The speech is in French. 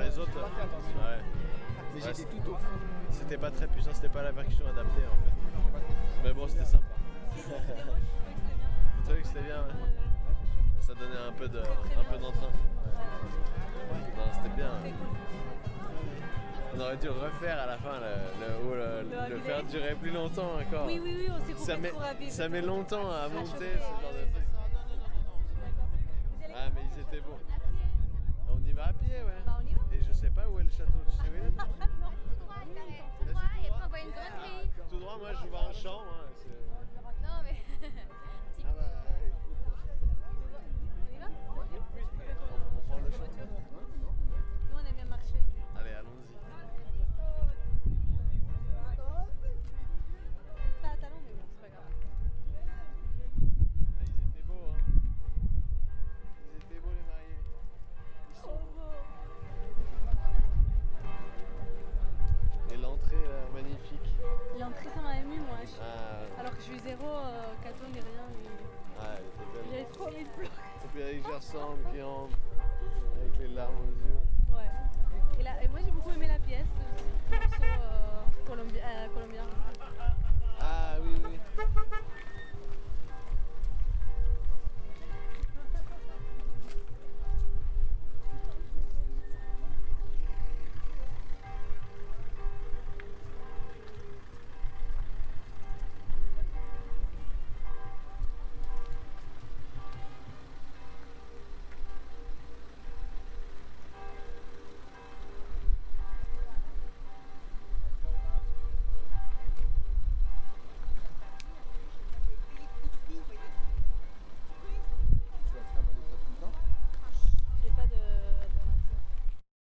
les autres. euh, Ouais. Mais Ouais, j'étais c'est- tout au fond. C'était pas très puissant, c'était pas la percussion adaptée en fait. Mais bon, c'était sympa. Tu trouvais que c'était bien, ouais. Ça donnait un peu de, un peu d'entrain. Non, c'était bien. ouais. On aurait dû refaire à la fin le, le- ou le- Le le relais. faire durer plus longtemps encore. Oui, oui, oui, on s'est Ça coupé met, pour Aviv. ça met longtemps à monter ce chauffer. genre de truc. Ah, mais ils étaient bons. On y va à pied, ouais. Bah, on y va. Et je sais pas où est le château, tu sais où il est toi Tout droit, il t'arrête tout droit et après on voit une grande grille. Ah, Tout droit, moi je vois un champ. hein, c'est- Non mais. Ah bah, On y on, va on prend le champ. Nous, on aime bien marcher. Allez, allons-y. Peut-être pas à talons, mais bon, c'est pas grave. Ah, ils étaient beaux, hein. Ils étaient beaux, les mariés. Et l'entrée, là, magnifique. L'entrée, ça m'a ému, moi. je- Ah, Alors que je suis zéro euh, cadeau ni rien. mais ah, elle était belle. J'avais trop envie de pleurer. Et puis avec Gersan qui rentre, avec les larmes aux yeux. Ouais. Et, là, et moi, j'ai beaucoup aimé la pièce. euh, ce morceau, euh, colombi- euh, colombien. Ah oui, oui.